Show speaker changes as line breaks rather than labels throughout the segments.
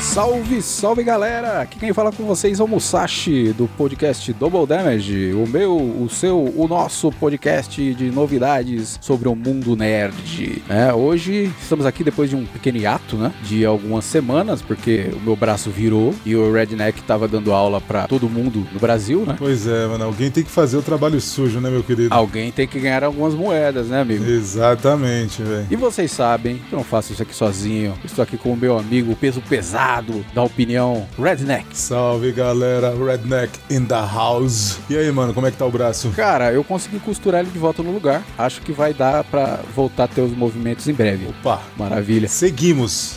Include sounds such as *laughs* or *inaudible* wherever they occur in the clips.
Salve, salve galera! Aqui quem fala com vocês é o Musashi do podcast Double Damage, o meu, o seu, o nosso podcast de novidades sobre o mundo nerd. É, hoje estamos aqui depois de um pequeno hiato, né? De algumas semanas, porque o meu braço virou e o Redneck tava dando aula pra todo mundo no Brasil, né?
Pois é, mano. Alguém tem que fazer o trabalho sujo, né, meu querido?
Alguém tem que ganhar algumas moedas, né, amigo?
Exatamente, velho.
E vocês sabem que eu não faço isso aqui sozinho. Estou aqui com o meu amigo peso pesado da opinião Redneck.
Salve, galera. Redneck in the house. E aí, mano, como é que tá o braço?
Cara, eu consegui costurar ele de volta no lugar. Acho que vai dar pra voltar a ter os movimentos em breve.
Opa.
Maravilha.
Seguimos.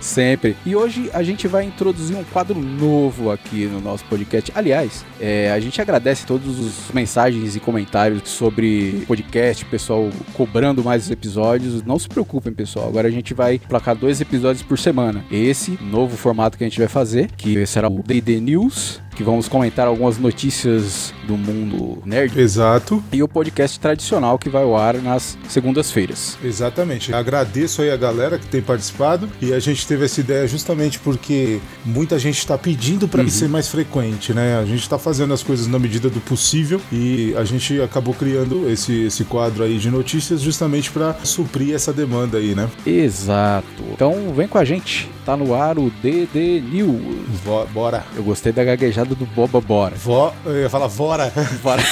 Sempre. E hoje a gente vai introduzir um quadro novo aqui no nosso podcast. Aliás, é, a gente agradece todos os mensagens e comentários sobre podcast, pessoal cobrando mais episódios. Não se preocupem, pessoal. Agora a gente vai placar dois episódios por semana. Esse novo formato que a gente vai fazer, que será o D&D News, que vamos comentar algumas notícias do mundo nerd.
Exato.
E o podcast tradicional que vai ao ar nas segundas-feiras.
Exatamente. Agradeço aí a galera que tem participado e a gente teve essa ideia justamente porque muita gente está pedindo para ser mais frequente, né? A gente está fazendo as coisas na medida do possível e a gente acabou criando esse, esse quadro aí de notícias justamente para suprir essa demanda aí, né?
Exato. Então vem com a gente. Tá no ar o DD News.
Vó, bora.
Eu gostei da gaguejada do Boba Bora.
Vó, eu ia falar vora. *laughs*
Bora.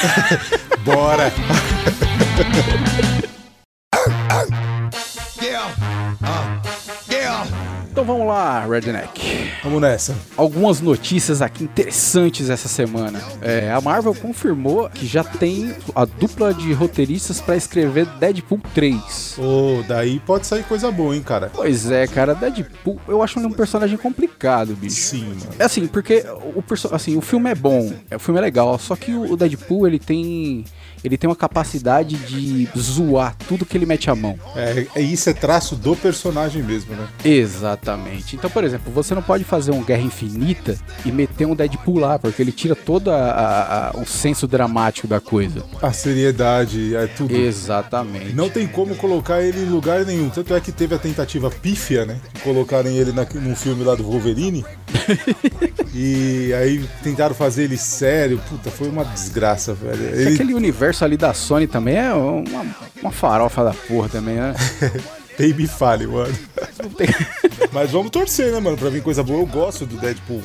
Bora.
*laughs* Então vamos lá, Redneck.
Vamos nessa.
Algumas notícias aqui interessantes essa semana. É, a Marvel confirmou que já tem a dupla de roteiristas pra escrever Deadpool 3.
Ô, daí pode sair coisa boa, hein, cara?
Pois é, cara, Deadpool, eu acho ele um personagem complicado, bicho.
Sim, mano.
É assim, porque o, perso- assim, o filme é bom, é, o filme é legal, só que o o Deadpool, ele tem ele tem uma capacidade de zoar tudo que ele mete a mão.
É, é- isso é traço do personagem mesmo, né?
Exatamente. Então, por exemplo, você não pode fazer um Guerra Infinita e meter um Deadpool lá, porque ele tira todo a- a- a- o senso dramático da coisa.
A seriedade, é tudo.
Exatamente.
Não tem como colocar ele em lugar nenhum. Tanto é que teve a tentativa pífia, né? De colocarem ele na, num filme lá do Wolverine. e aí tentaram fazer ele sério. Puta, foi uma desgraça, velho.
Se
Ele
Aquele universo ali da Sony também é uma, uma farofa da porra também,
*laughs*
né?
tem me fale, mano. *laughs*
Não tem-
Mas vamos torcer, né, mano? Pra vir coisa boa. Eu gosto do Deadpool.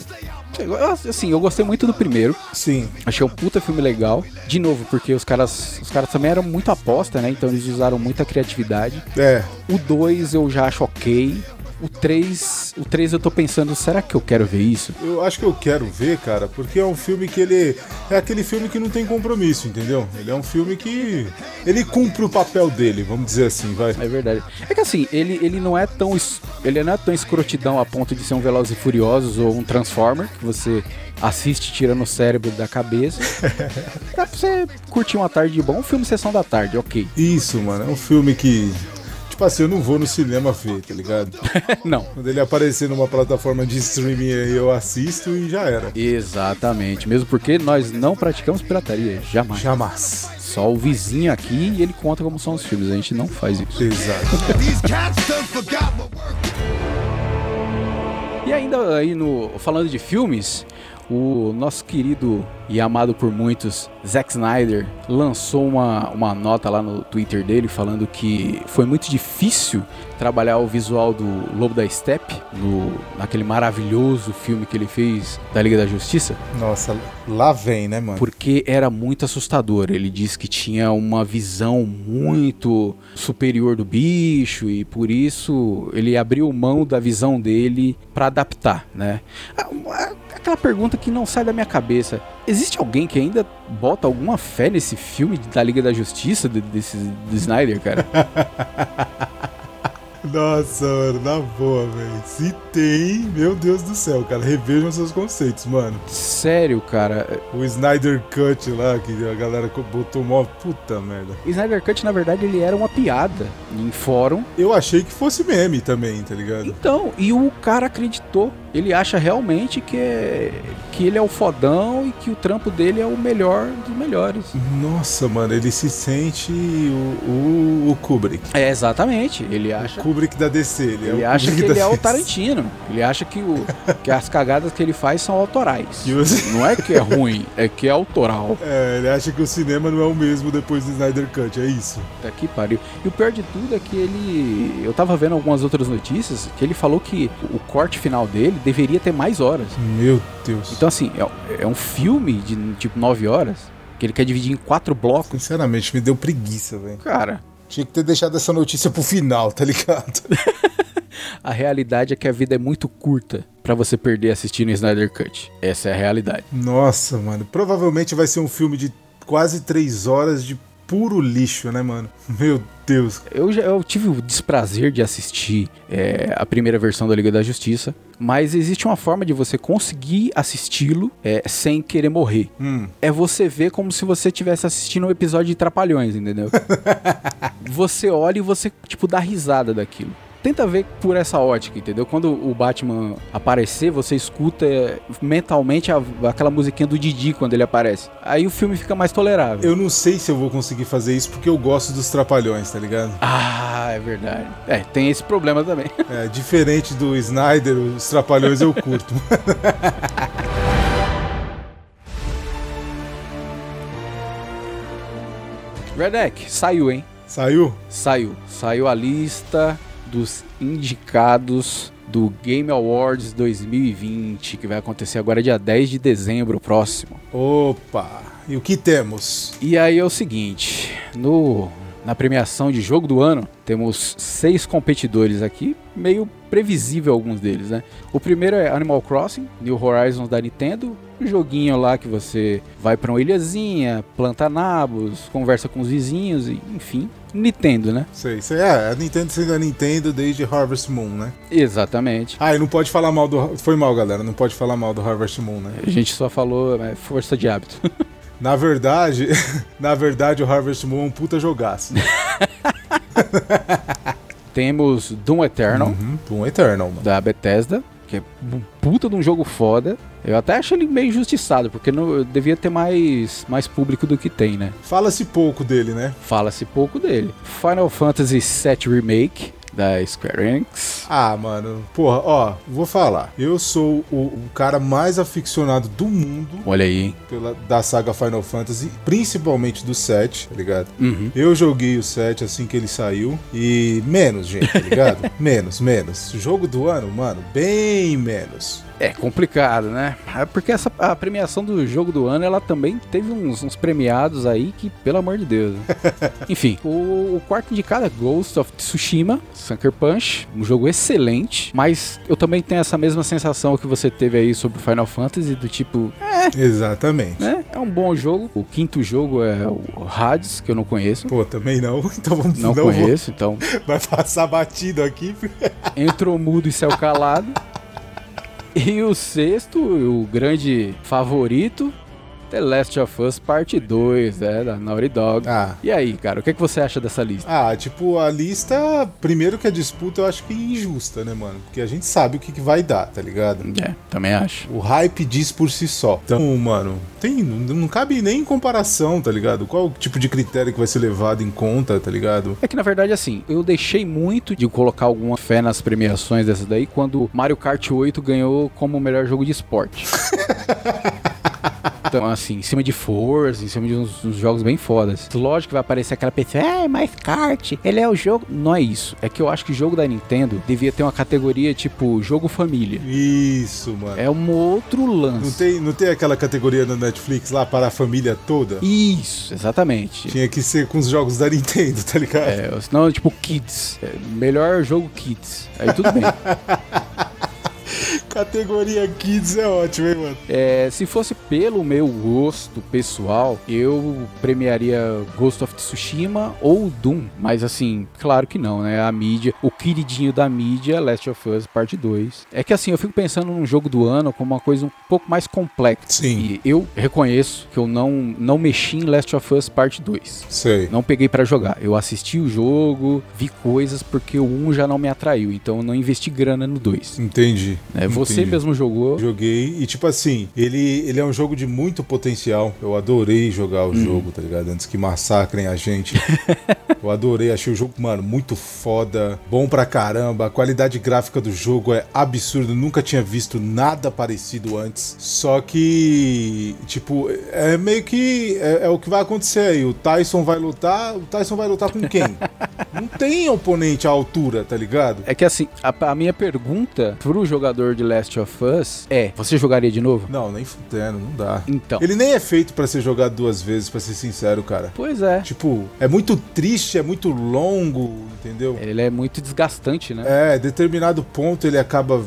Eu, assim, eu gostei muito do primeiro.
Sim.
Achei um puta filme legal. De novo, porque os caras, os caras também eram muito aposta, né? Então eles usaram muita criatividade.
É.
O 2 eu já acho ok. O 3, o 3 eu tô pensando, será que eu quero ver isso?
Eu acho que eu quero ver, cara, porque é um filme que ele. É aquele filme que não tem compromisso, entendeu? Ele é um filme que. Ele cumpre o papel dele, vamos dizer assim, vai.
É verdade. É que assim, ele, ele não é tão es- ele não é tão escrotidão a ponto de ser um Velozes e Furiosos ou um Transformer que você assiste tirando o cérebro da cabeça. Dá pra você curtir uma tarde de bom, um filme sessão da tarde, ok.
Isso, mano, é um filme que. Tipo assim, eu não vou no cinema ver, tá ligado?
não.
Quando ele aparecer numa plataforma de streaming aí, eu assisto e já era.
Exatamente, mesmo porque nós não praticamos pirataria, jamais.
Jamais.
Só o vizinho aqui e ele conta como são os filmes, a gente não faz isso.
Exato.
These cats done forgot what work.
E ainda aí no falando de filmes, o nosso querido e amado por muitos Zack Snyder lançou uma, uma nota lá no Twitter dele falando que foi muito difícil trabalhar o visual do Lobo da Steppe no naquele maravilhoso filme que ele fez da Liga da Justiça,
Nossa, lá vem, né, mano?
porque era muito assustador. Ele diz que tinha uma visão muito superior do bicho e por isso ele abriu mão da visão dele pra adaptar, né? Ah, ah, Aquela pergunta que não sai da minha cabeça. Existe alguém que ainda bota alguma fé nesse filme da Liga da Justiça de- desse de Snyder, cara?
Nossa, mano, na boa, velho. Se tem, meu Deus do céu, cara. Revejam seus conceitos, mano.
Sério, cara.
O Snyder Cut lá, que a galera co- botou mó puta merda.
Snyder Cut, na verdade, ele era uma piada em fórum
Eu achei que fosse meme também, tá ligado?
Então, e o cara acreditou. Ele acha realmente que, é, que ele é o fodão e que o trampo dele é o melhor dos melhores.
Nossa, mano, ele se sente o, o o Kubrick.
É, exatamente. Ele acha.
O Kubrick da DC. Ele, é
Ele
o
acha que
Kubrick
ele
da
é o
DC. *laughs*
Tarantino. Ele acha que, o, que as cagadas que ele faz são autorais.
E você-
Não é que é ruim, é que é autoral.
É, ele acha que o cinema não é o mesmo depois do Snyder Cut, é isso.
Puta que pariu. E o pior de tudo é que ele. Eu tava vendo algumas outras notícias que ele falou que o corte final dele deveria ter mais horas.
Meu Deus.
Então, assim, é, é um filme de tipo 9 horas que ele quer dividir em quatro blocos.
Sinceramente, me deu preguiça, velho.
Cara,
Tinha que ter deixado essa notícia pro final, tá ligado?
a realidade é que a vida é muito curta pra você perder assistindo Snyder Cut. Essa é a realidade.
Nossa, mano. Provavelmente vai ser um filme de quase três horas de puro lixo, né, mano? *laughs* Meu Deus.
Eu, já, eu tive o desprazer de assistir é, a primeira versão da Liga da Justiça, mas existe uma forma de você conseguir assisti-lo é, sem querer morrer.
Hum.
É você ver como se você estivesse assistindo um episódio de Trapalhões,
*laughs*
entendeu? você olha e você, tipo, dá risada daquilo. Tenta ver por essa ótica, entendeu? Quando o Batman aparecer, você escuta é, mentalmente a- aquela musiquinha do Didi quando ele aparece. Aí o filme fica mais tolerável.
Eu não sei se eu vou conseguir fazer isso porque eu gosto dos trapalhões, tá ligado?
Ah, é verdade. É, tem esse problema também.
É, diferente do Snyder, os trapalhões eu curto. *laughs*
Redneck, saiu, hein?
Saiu?
Saiu. Saiu a lista dos indicados do Game Awards 2020, que vai acontecer agora dia 10 de dezembro próximo.
Opa! E o que temos?
E aí é o seguinte, no na premiação de jogo do ano, temos seis competidores aqui, meio previsível alguns deles, né? O primeiro é Animal Crossing, New Horizons da Nintendo, um joguinho lá que você vai pra uma ilhazinha, planta nabos, conversa com os vizinhos, e, enfim, Nintendo, né?
Sei, sei. É, a Nintendo sendo a Nintendo desde Harvest Moon, né?
Exatamente.
Ah, e não pode falar mal do. Foi mal, galera. Não pode falar mal do Harvest Moon, né?
A gente só falou é, força de hábito. *laughs*
Na verdade, *laughs* na verdade, o Harvest Moon é um puta jogaço.
Temos Doom Eternal,
Uhum, um Eternal, mano.
da Bethesda, que é um puta de um jogo foda. Eu até acho ele meio injustiçado, porque não, eu devia ter mais, mais público do que tem, né?
Fala-se pouco dele, né?
Fala-se pouco dele. Final Fantasy VII Remake, da Square Enix.
Ah, mano. Porra, ó, vou falar. Eu sou o, o cara mais aficionado do mundo
Olha aí, hein?
pela, da saga Final Fantasy, principalmente do 7, tá ligado?
Uhum.
Eu joguei o 7 assim que ele saiu. E menos, gente,
*laughs*
tá ligado? menos, menos. Jogo do ano, mano, bem menos.
É complicado, né? É porque essa, a premiação do jogo do ano, ela também teve uns, uns premiados aí que, pelo amor de Deus. né? Enfim, o, o quarto indicado é Ghost of Tsushima, Sucker Punch, um jogo excelente, mas eu também tenho essa mesma sensação que você teve aí sobre Final Fantasy, do tipo,
Exatamente.
né? É um bom jogo. O quinto jogo é o Hades, que eu não conheço.
Pô, também não. *laughs* Então vamos
Não,
vou-
conheço, então
Vai passar batido aqui.
entrou mudo e saiu calado. E o sexto, o grande favorito, The Last of Us Parte 2, é, da Naughty Dog.
Ah.
E aí, cara, o que, que você acha dessa lista?
Ah, tipo, a lista, primeiro que a disputa eu acho que é injusta, né, mano? Porque a gente sabe o que, que vai dar, tá ligado?
É, também acho.
O hype diz por si só. Então, mano, tem, não, não cabe nem em comparação, tá ligado? Qual o tipo de critério que vai ser levado em conta, tá ligado?
É que na verdade, assim, eu deixei muito de colocar alguma fé nas premiações dessas daí quando Mario Kart 8 ganhou como o melhor jogo de esporte. Então, assim, em cima de Forza, em cima de uns, uns jogos bem fodas. Lógico que vai aparecer aquela pessoa, é, mas kart, ele é o jogo. Não é isso. É que eu acho que o jogo da Nintendo devia ter uma categoria tipo jogo família.
Isso, mano.
É um outro
Não
lance.
tem, não tem aquela categoria na Netflix lá para a família toda?
Isso, exatamente.
Tinha que ser com os jogos da Nintendo, tá ligado?
É, senão, tipo, Kids. É, melhor jogo Kids. Aí tudo bem.
Categoria Kids é ótimo, hein, mano?
É, se fosse pelo meu gosto pessoal, eu premiaria Ghost of Tsushima ou Doom. Mas assim, claro que não, né? A mídia, o queridinho da mídia, Last of Us Parte 2. É que assim, eu fico pensando num jogo do ano como uma coisa um pouco mais complexa.
Sim,
E eu reconheço que eu não, não mexi em Last of Us Parte 2.
sei.
Não peguei pra jogar. Eu assisti o um jogo, vi coisas porque o 1 já não me atraiu, então eu não investi grana no 2.
Entendi.
É, Você
filho.
mesmo jogou.
Joguei e, tipo assim, ele, ele é um jogo de muito potencial. Eu adorei jogar o jogo, tá ligado? Antes que massacrem a gente. Eu adorei, achei o jogo, mano, muito foda, bom pra caramba. A qualidade gráfica do jogo é absurda, nunca tinha visto nada parecido antes. Só que, tipo, é meio que. É, é o que vai acontecer aí. O Tyson vai lutar, o Tyson vai lutar com quem? Não tem oponente à altura, tá ligado?
É que assim, a, a minha pergunta pro jogador de Last of Us é: você jogaria de novo?
Não, nem fudendo, não dá.
Então.
Ele nem é feito pra ser jogado duas vezes, pra ser sincero, cara.
Pois é.
Tipo, é muito triste, é muito longo, entendeu?
Ele é muito desgastante, né?
É, determinado ponto ele acaba.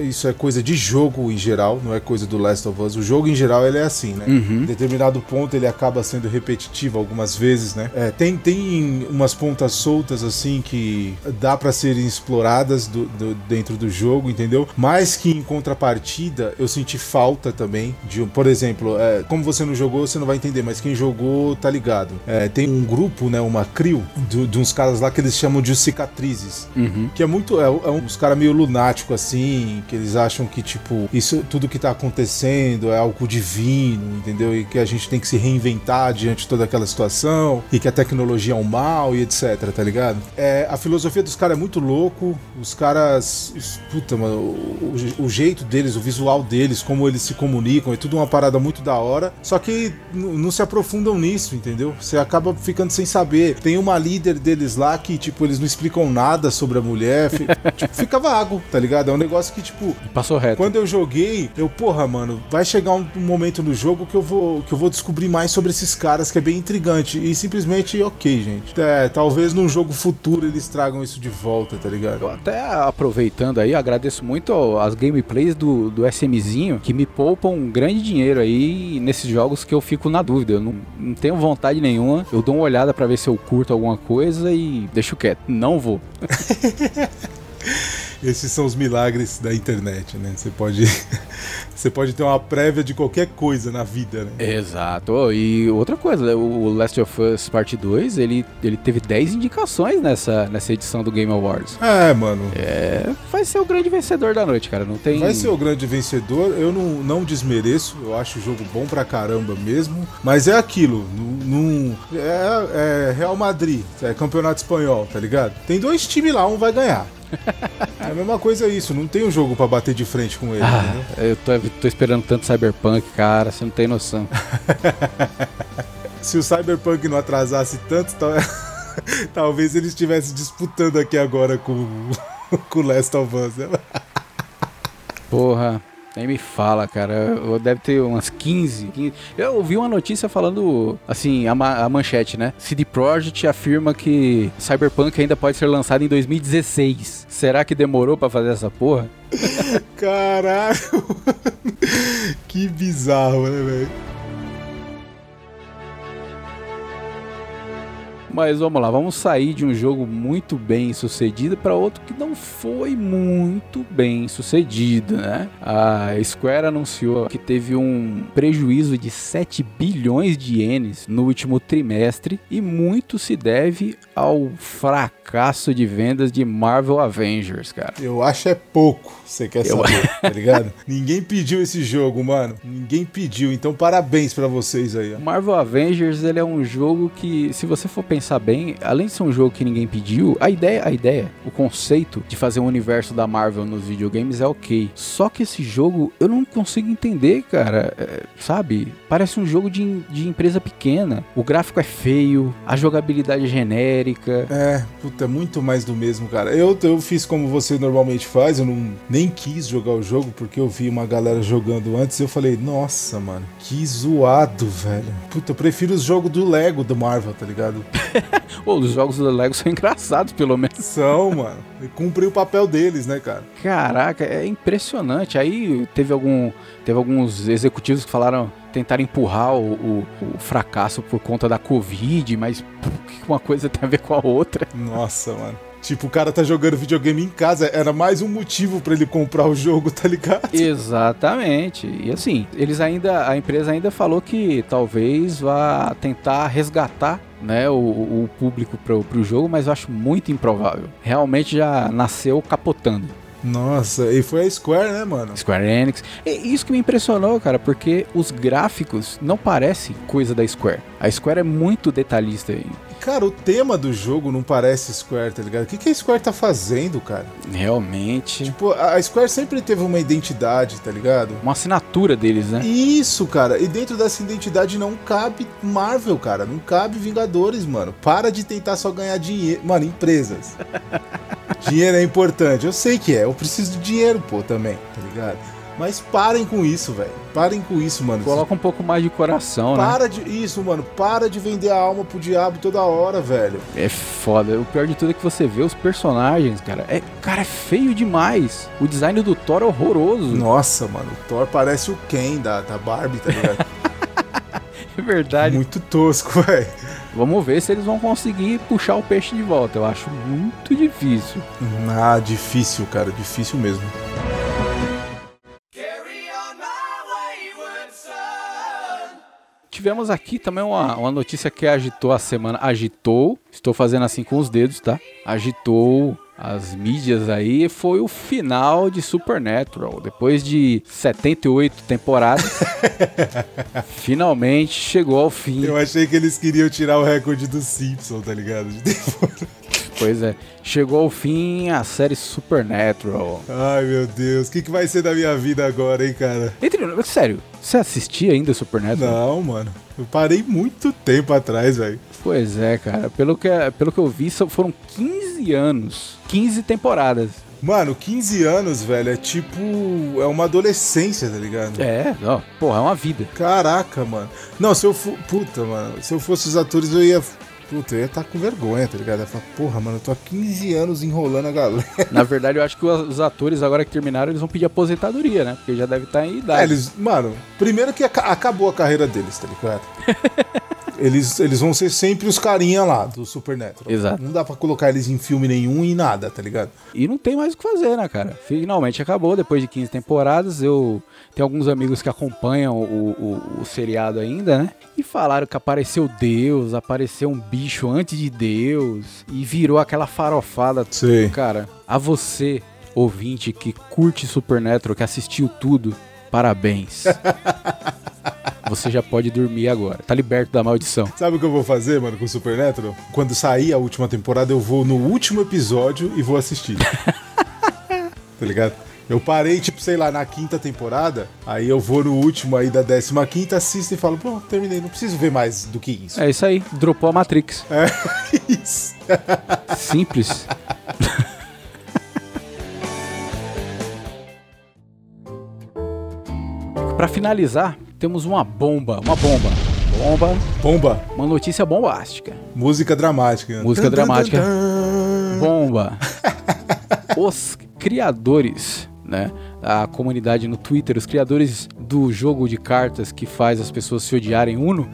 Isso é coisa de jogo em geral, não é coisa do Last of Us. O jogo em geral ele é assim, né? Determinado ponto ele acaba sendo repetitivo algumas vezes, né? É, tem, tem umas pontas soltas assim que dá pra serem exploradas do- do- dentro do jogo, entendeu? Mas que em contrapartida eu senti falta também de, um- por exemplo, é, como você não jogou, você não vai entender, mas quem jogou tá ligado. É, tem um grupo, né? Uma crew do- de uns caras lá que eles chamam de os cicatrizes. Que é muito. É, é uns caras meio lunático assim, que eles acham que, tipo, isso tudo que tá acontecendo é algo divino, entendeu? E que a gente tem que se reinventar diante de toda aquela situação, e que a tecnologia é um mal e etc, tá ligado? É, a filosofia dos caras é muito louco, os caras. es- Puta, mano, o, o- o jeito deles, o visual deles, como eles se comunicam, é tudo uma parada muito da hora. Só que n- não se aprofundam nisso, entendeu? Você acaba ficando sem saber. Tem uma líder deles lá que, tipo, eles não explicam nada sobre a mulher. fi- *laughs* tipo, fica vago, tá ligado? É um negócio que, tipo,
Passou reto.
quando eu joguei, eu, porra, mano, vai chegar um momento no jogo que eu vou, que eu vou descobrir mais sobre esses caras, que é bem intrigante. E simplesmente, ok, gente. É, talvez num jogo futuro eles tragam isso de volta, tá
Eu
ligado?
até aproveitando aí, agradeço muito ao- as gameplays do, do SMzinho que me poupam um grande dinheiro aí nesses jogos que eu fico na dúvida. Eu não, não tenho vontade nenhuma. Eu dou uma olhada pra ver se eu curto alguma coisa e deixo quieto. Não vou.
Esses são os milagres da internet, né? Você pode. *laughs* Você pode ter uma prévia de qualquer coisa na vida, né?
Exato. Ô, E outra coisa, né, o o Last of Us Parte 2, ele, ele teve 10 indicações nessa, nessa edição do Game Awards.
É, mano.
É, vai ser o grande vencedor da noite, cara. Não tem.
Vai ser o grande vencedor, eu não, não desmereço, eu acho o jogo bom pra caramba mesmo, mas é aquilo, num, é, é Real Madrid, é campeonato espanhol, tá ligado? Tem dois times lá, um vai ganhar. É a mesma coisa isso, não tem um jogo pra bater de frente com ele,
Ah,
entendeu?
eu tô, tô esperando tanto Cyberpunk, cara. Você não tem
*laughs*
noção.
Se o Cyberpunk não atrasasse tanto, tal- *laughs* talvez ele estivesse disputando aqui agora com, com o *laughs* Last of Us, né?
Porra, nem me fala, cara. Eu- Deve ter umas 15. 15. Eu ouvi uma notícia falando, assim, a, ma- a manchete, né? CD Projekt afirma que Cyberpunk ainda pode ser lançado em 2016. Será que demorou pra fazer essa porra?
Caralho! que bizarro, né, velho?
Mas vamos lá, vamos sair de um jogo muito bem sucedido para outro que não foi muito bem sucedido, né? A Square anunciou que teve um prejuízo de 7 bilhões de ienes no último trimestre e muito se deve ao fracasso de vendas de Marvel Avengers, cara.
Eu acho é pouco, você quer
Eu-
saber, tá ligado? Ninguém pediu esse jogo, mano. Ninguém pediu, então parabéns pra vocês aí, ó.
Marvel Avengers ele é um jogo que, se você for pensar bem, além de ser um jogo que ninguém pediu, a ideia, a ideia, o conceito de fazer um universo da Marvel nos videogames é ok. Só que esse jogo eu não consigo entender, cara. É, sabe? Parece um jogo de, em- de empresa pequena. O gráfico é feio, a jogabilidade é genérica.
É, puta, é muito mais do mesmo, cara. Eu, eu fiz como você normalmente faz, eu não, nem quis jogar o jogo porque eu vi uma galera jogando antes e eu falei, nossa, mano, que zoado, velho. Puta, eu prefiro os jogos do Lego do Marvel, tá ligado?
Pô, os jogos do Lego *laughs* são engraçados, pelo menos.
São, *laughs* mano. E Cumpriu o papel deles, né, cara?
Caraca, é impressionante. Aí teve, algum, teve alguns executivos que falaram, tentaram empurrar o, o- o fracasso por conta da Covid, mas pô, o que uma coisa tem a ver com a outra? *laughs*
Nossa, mano. Tipo, o cara tá jogando videogame em casa, era mais um motivo pra ele comprar o jogo, tá ligado?
Exatamente. E assim, eles ainda, a empresa ainda falou que talvez vá tentar resgatar né, o, o público para o jogo, mas eu acho muito improvável. Realmente já nasceu capotando.
Nossa, e foi a Square, né, mano?
Square Enix. E isso que me impressionou, cara, porque os gráficos não parecem coisa da Square. A Square é muito detalhista em
Cara, o tema do jogo não parece Square, tá ligado? O que, que a Square tá fazendo, cara?
realmente
Tipo, a a Square sempre teve uma identidade, tá ligado?
uma assinatura deles, né?
Isso, cara. E dentro dessa identidade não cabe Marvel, cara. Não cabe Vingadores, mano. Para de tentar só ganhar dinheiro. Mano, empresas. dinheiro é importante. Eu sei que é. Eu preciso de dinheiro, pô, também, tá ligado? Mas parem com isso, velho. Parem com isso, mano.
Coloca um pouco mais de coração, né?
Para de. Isso, mano. Para de vender a alma pro diabo toda hora, velho.
É foda. O pior de tudo é que você vê os personagens, cara. É, cara, é feio demais. O design do Thor é horroroso.
Nossa, mano, o Thor parece o Ken da, da Barbie, tá ligado?
*laughs* É verdade.
Muito tosco, *laughs* velho.
Vamos ver se eles vão conseguir puxar o peixe de volta. Eu acho muito difícil.
Ah, difícil, cara, difícil mesmo.
Carry on my wayward son.
Tivemos aqui também uma, uma notícia que agitou a semana. Agitou, estou fazendo assim com os dedos, tá? Agitou as mídias aí. Foi o final de Supernatural. Depois de 78 temporadas, finalmente chegou ao fim.
Eu achei que eles queriam tirar o recorde do Simpson, tá ligado?
Pois é, chegou ao fim a série Supernatural.
*laughs* Ai, meu Deus, o que, que vai ser da minha vida agora, hein, cara?
Entre, sério, você assistia ainda Supernatural?
Não, mano. Eu parei muito tempo atrás, velho.
Pois é, cara. Pelo que, pelo que eu vi, só foram 15 anos, 15 temporadas.
Mano, 15 anos, velho, é tipo. É uma adolescência, tá ligado?
É, não, porra, é uma vida.
Caraca, mano. Não, se eu for. Puta, mano. Se eu fosse os atores, eu ia. Puta, eu ia estar com vergonha, tá ligado? Eu ia falar, porra, mano, eu tô há 15 anos enrolando a galera.
Na verdade, eu acho que os atores, agora que terminaram, eles vão pedir aposentadoria, né? Porque já deve estar em idade.
É, eles, mano, primeiro que aca- acabou a carreira deles,
*laughs*
tá ligado? eles, eles vão ser sempre os carinha lá do Supernatural.
Exato.
Não dá pra colocar eles em filme nenhum e nada, tá ligado?
E não tem mais o que fazer, né, cara? Finalmente acabou, depois de 15 temporadas. Eu tenho alguns amigos que acompanham o, o- o seriado ainda, né? E falaram que apareceu Deus, apareceu um bicho antes de Deus e virou aquela farofada.
Sei.
Cara, a você, ouvinte, que curte Supernatural, que assistiu tudo,
*laughs*
parabéns. Você já pode dormir agora. Tá liberto da maldição.
Sabe o que eu vou fazer, mano, com o Supernatural? Quando sair a última temporada, eu vou no último episódio e
*laughs*
vou assistir. tá ligado? Eu parei, tipo, sei lá, na quinta temporada, aí eu vou no último aí da décima quinta, assisto e falo, pronto, terminei, não preciso ver mais do que isso. *laughs*
É isso aí. Dropou a Matrix.
É isso.
Simples. Pra finalizar, temos uma bomba, uma bomba. Bomba,
Bomba,
uma notícia bombástica.
música dramática.
Música dramática.
tan.
Bomba. Os criadores, né? A comunidade no Twitter, os criadores do jogo de cartas que faz as pessoas se odiarem Uno,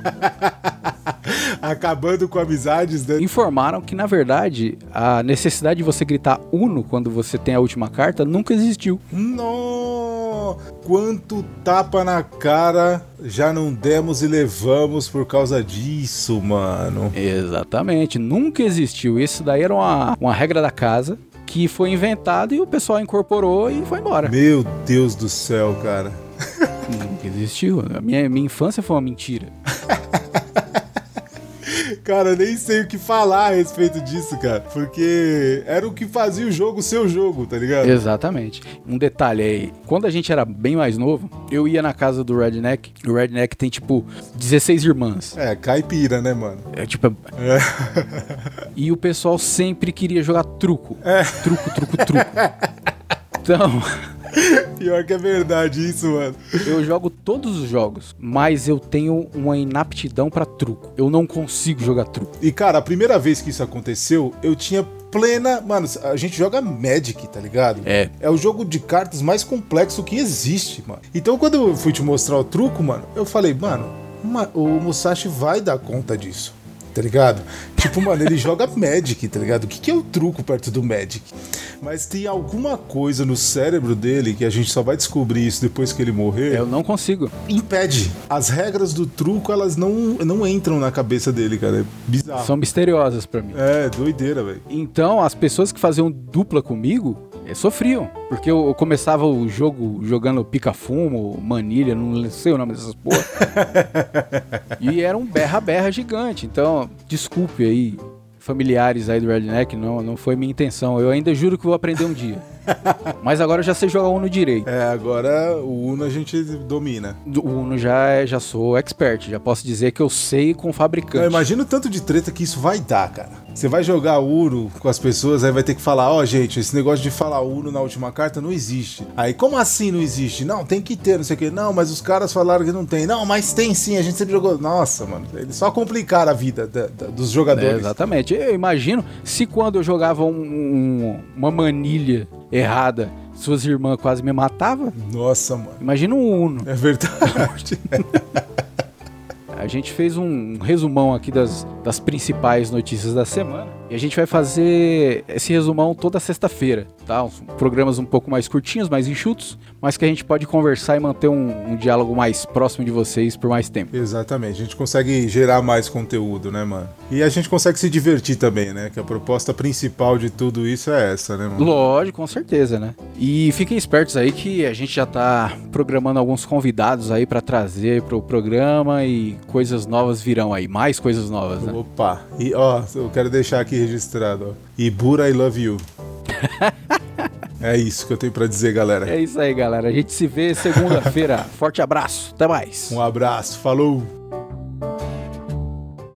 Acabando com amizades, né?
informaram que na verdade a necessidade de você gritar Uno quando você tem a última carta nunca existiu.
Nó! Quanto tapa na cara já não demos e levamos por causa disso, mano.
Exatamente, nunca existiu. Isso daí era uma, uma regra da casa que foi inventada e o pessoal incorporou e foi embora.
Meu Deus do céu, cara.
Nunca existiu. A minha, minha infância foi uma mentira. *laughs*
Cara, eu nem sei o que falar a respeito disso, cara. Porque era o que fazia o jogo ser o jogo, tá ligado?
Exatamente. Um detalhe aí, quando a gente era bem mais novo, eu ia na casa do Redneck. O Redneck tem tipo 16 irmãs.
É, caipira, né, mano?
É, tipo,
É. *laughs*
e o pessoal sempre queria jogar truco. Truco, truco, truco. Então, *laughs*
Pior que é verdade isso, mano.
Eu jogo todos os jogos, mas eu tenho uma inaptidão pra truco. Eu não consigo jogar truco.
E, cara, a primeira vez que isso aconteceu, eu tinha plena. Mano, a gente joga Magic, tá ligado?
É.
É o jogo de cartas mais complexo que existe, mano. Então, quando eu fui te mostrar o truco, mano, eu falei, mano, ma- o Musashi vai dar conta disso. Tá ligado? Tipo, mano, ele joga *laughs* Magic, tá ligado? O que, que é o truco perto do Magic? Mas tem alguma coisa no cérebro dele que a gente só vai descobrir isso depois que ele morrer
Eu não consigo.
impede. As regras do truco, elas não, não entram na cabeça dele, cara. É bizarro.
São misteriosas pra mim.
É, doideira, velho.
Então, as pessoas que faziam dupla comigo, eh, sofriam. Porque eu, eu começava o jogo jogando pica-fumo, manilha, não sei o nome dessas porra. e era um berra-berra gigante. Então, desculpe aí, familiares aí do Redneck, não, não foi minha intenção. Eu ainda juro que vou aprender um dia. Mas agora eu já sei jogar Uno direito.
É, agora o Uno a gente domina.
Do- O Uno já, é- já sou expert, já posso dizer que eu sei com
Não,
fabricante.
imagina o tanto de treta que isso vai dar, cara. Você vai jogar Uno com as pessoas, aí vai ter que falar, ó, gente, esse negócio de falar Uno na última carta não existe. Aí, como assim não existe? Não, tem que ter, não sei o quê. Não, mas os caras falaram que não tem. Não, mas tem sim, a gente sempre jogou. Nossa, mano, eles só complicaram a vida da- da- dos
É,
jogadores.
exatamente. Eu imagino se quando eu jogava um- um- uma manilha errada, suas irmãs quase me matavam.
Nossa, mano.
Imagina um Uno.
É verdade.
A gente fez um resumão aqui das, das principais notícias da semana. E a gente vai fazer esse resumão toda sexta-feira, tá? Uns programas um pouco mais curtinhos, mais enxutos, mas que a gente pode conversar e manter um, um diálogo mais próximo de vocês por mais tempo.
Exatamente, a gente consegue gerar mais conteúdo, né, mano? E a gente consegue se divertir também, né? Que a proposta principal de tudo isso é essa, né, mano?
Lógico, com certeza, né? E fiquem espertos aí que a gente já tá programando alguns convidados aí pra trazer pro programa e coisas novas virão aí, mais coisas novas, né?
Opa, e ó, eu quero deixar aqui registrado, ó. Ibura, I love you. é isso que eu tenho pra dizer, galera.
É isso aí, galera. A gente se vê segunda-feira. Forte abraço. Até mais.
Um abraço, falou!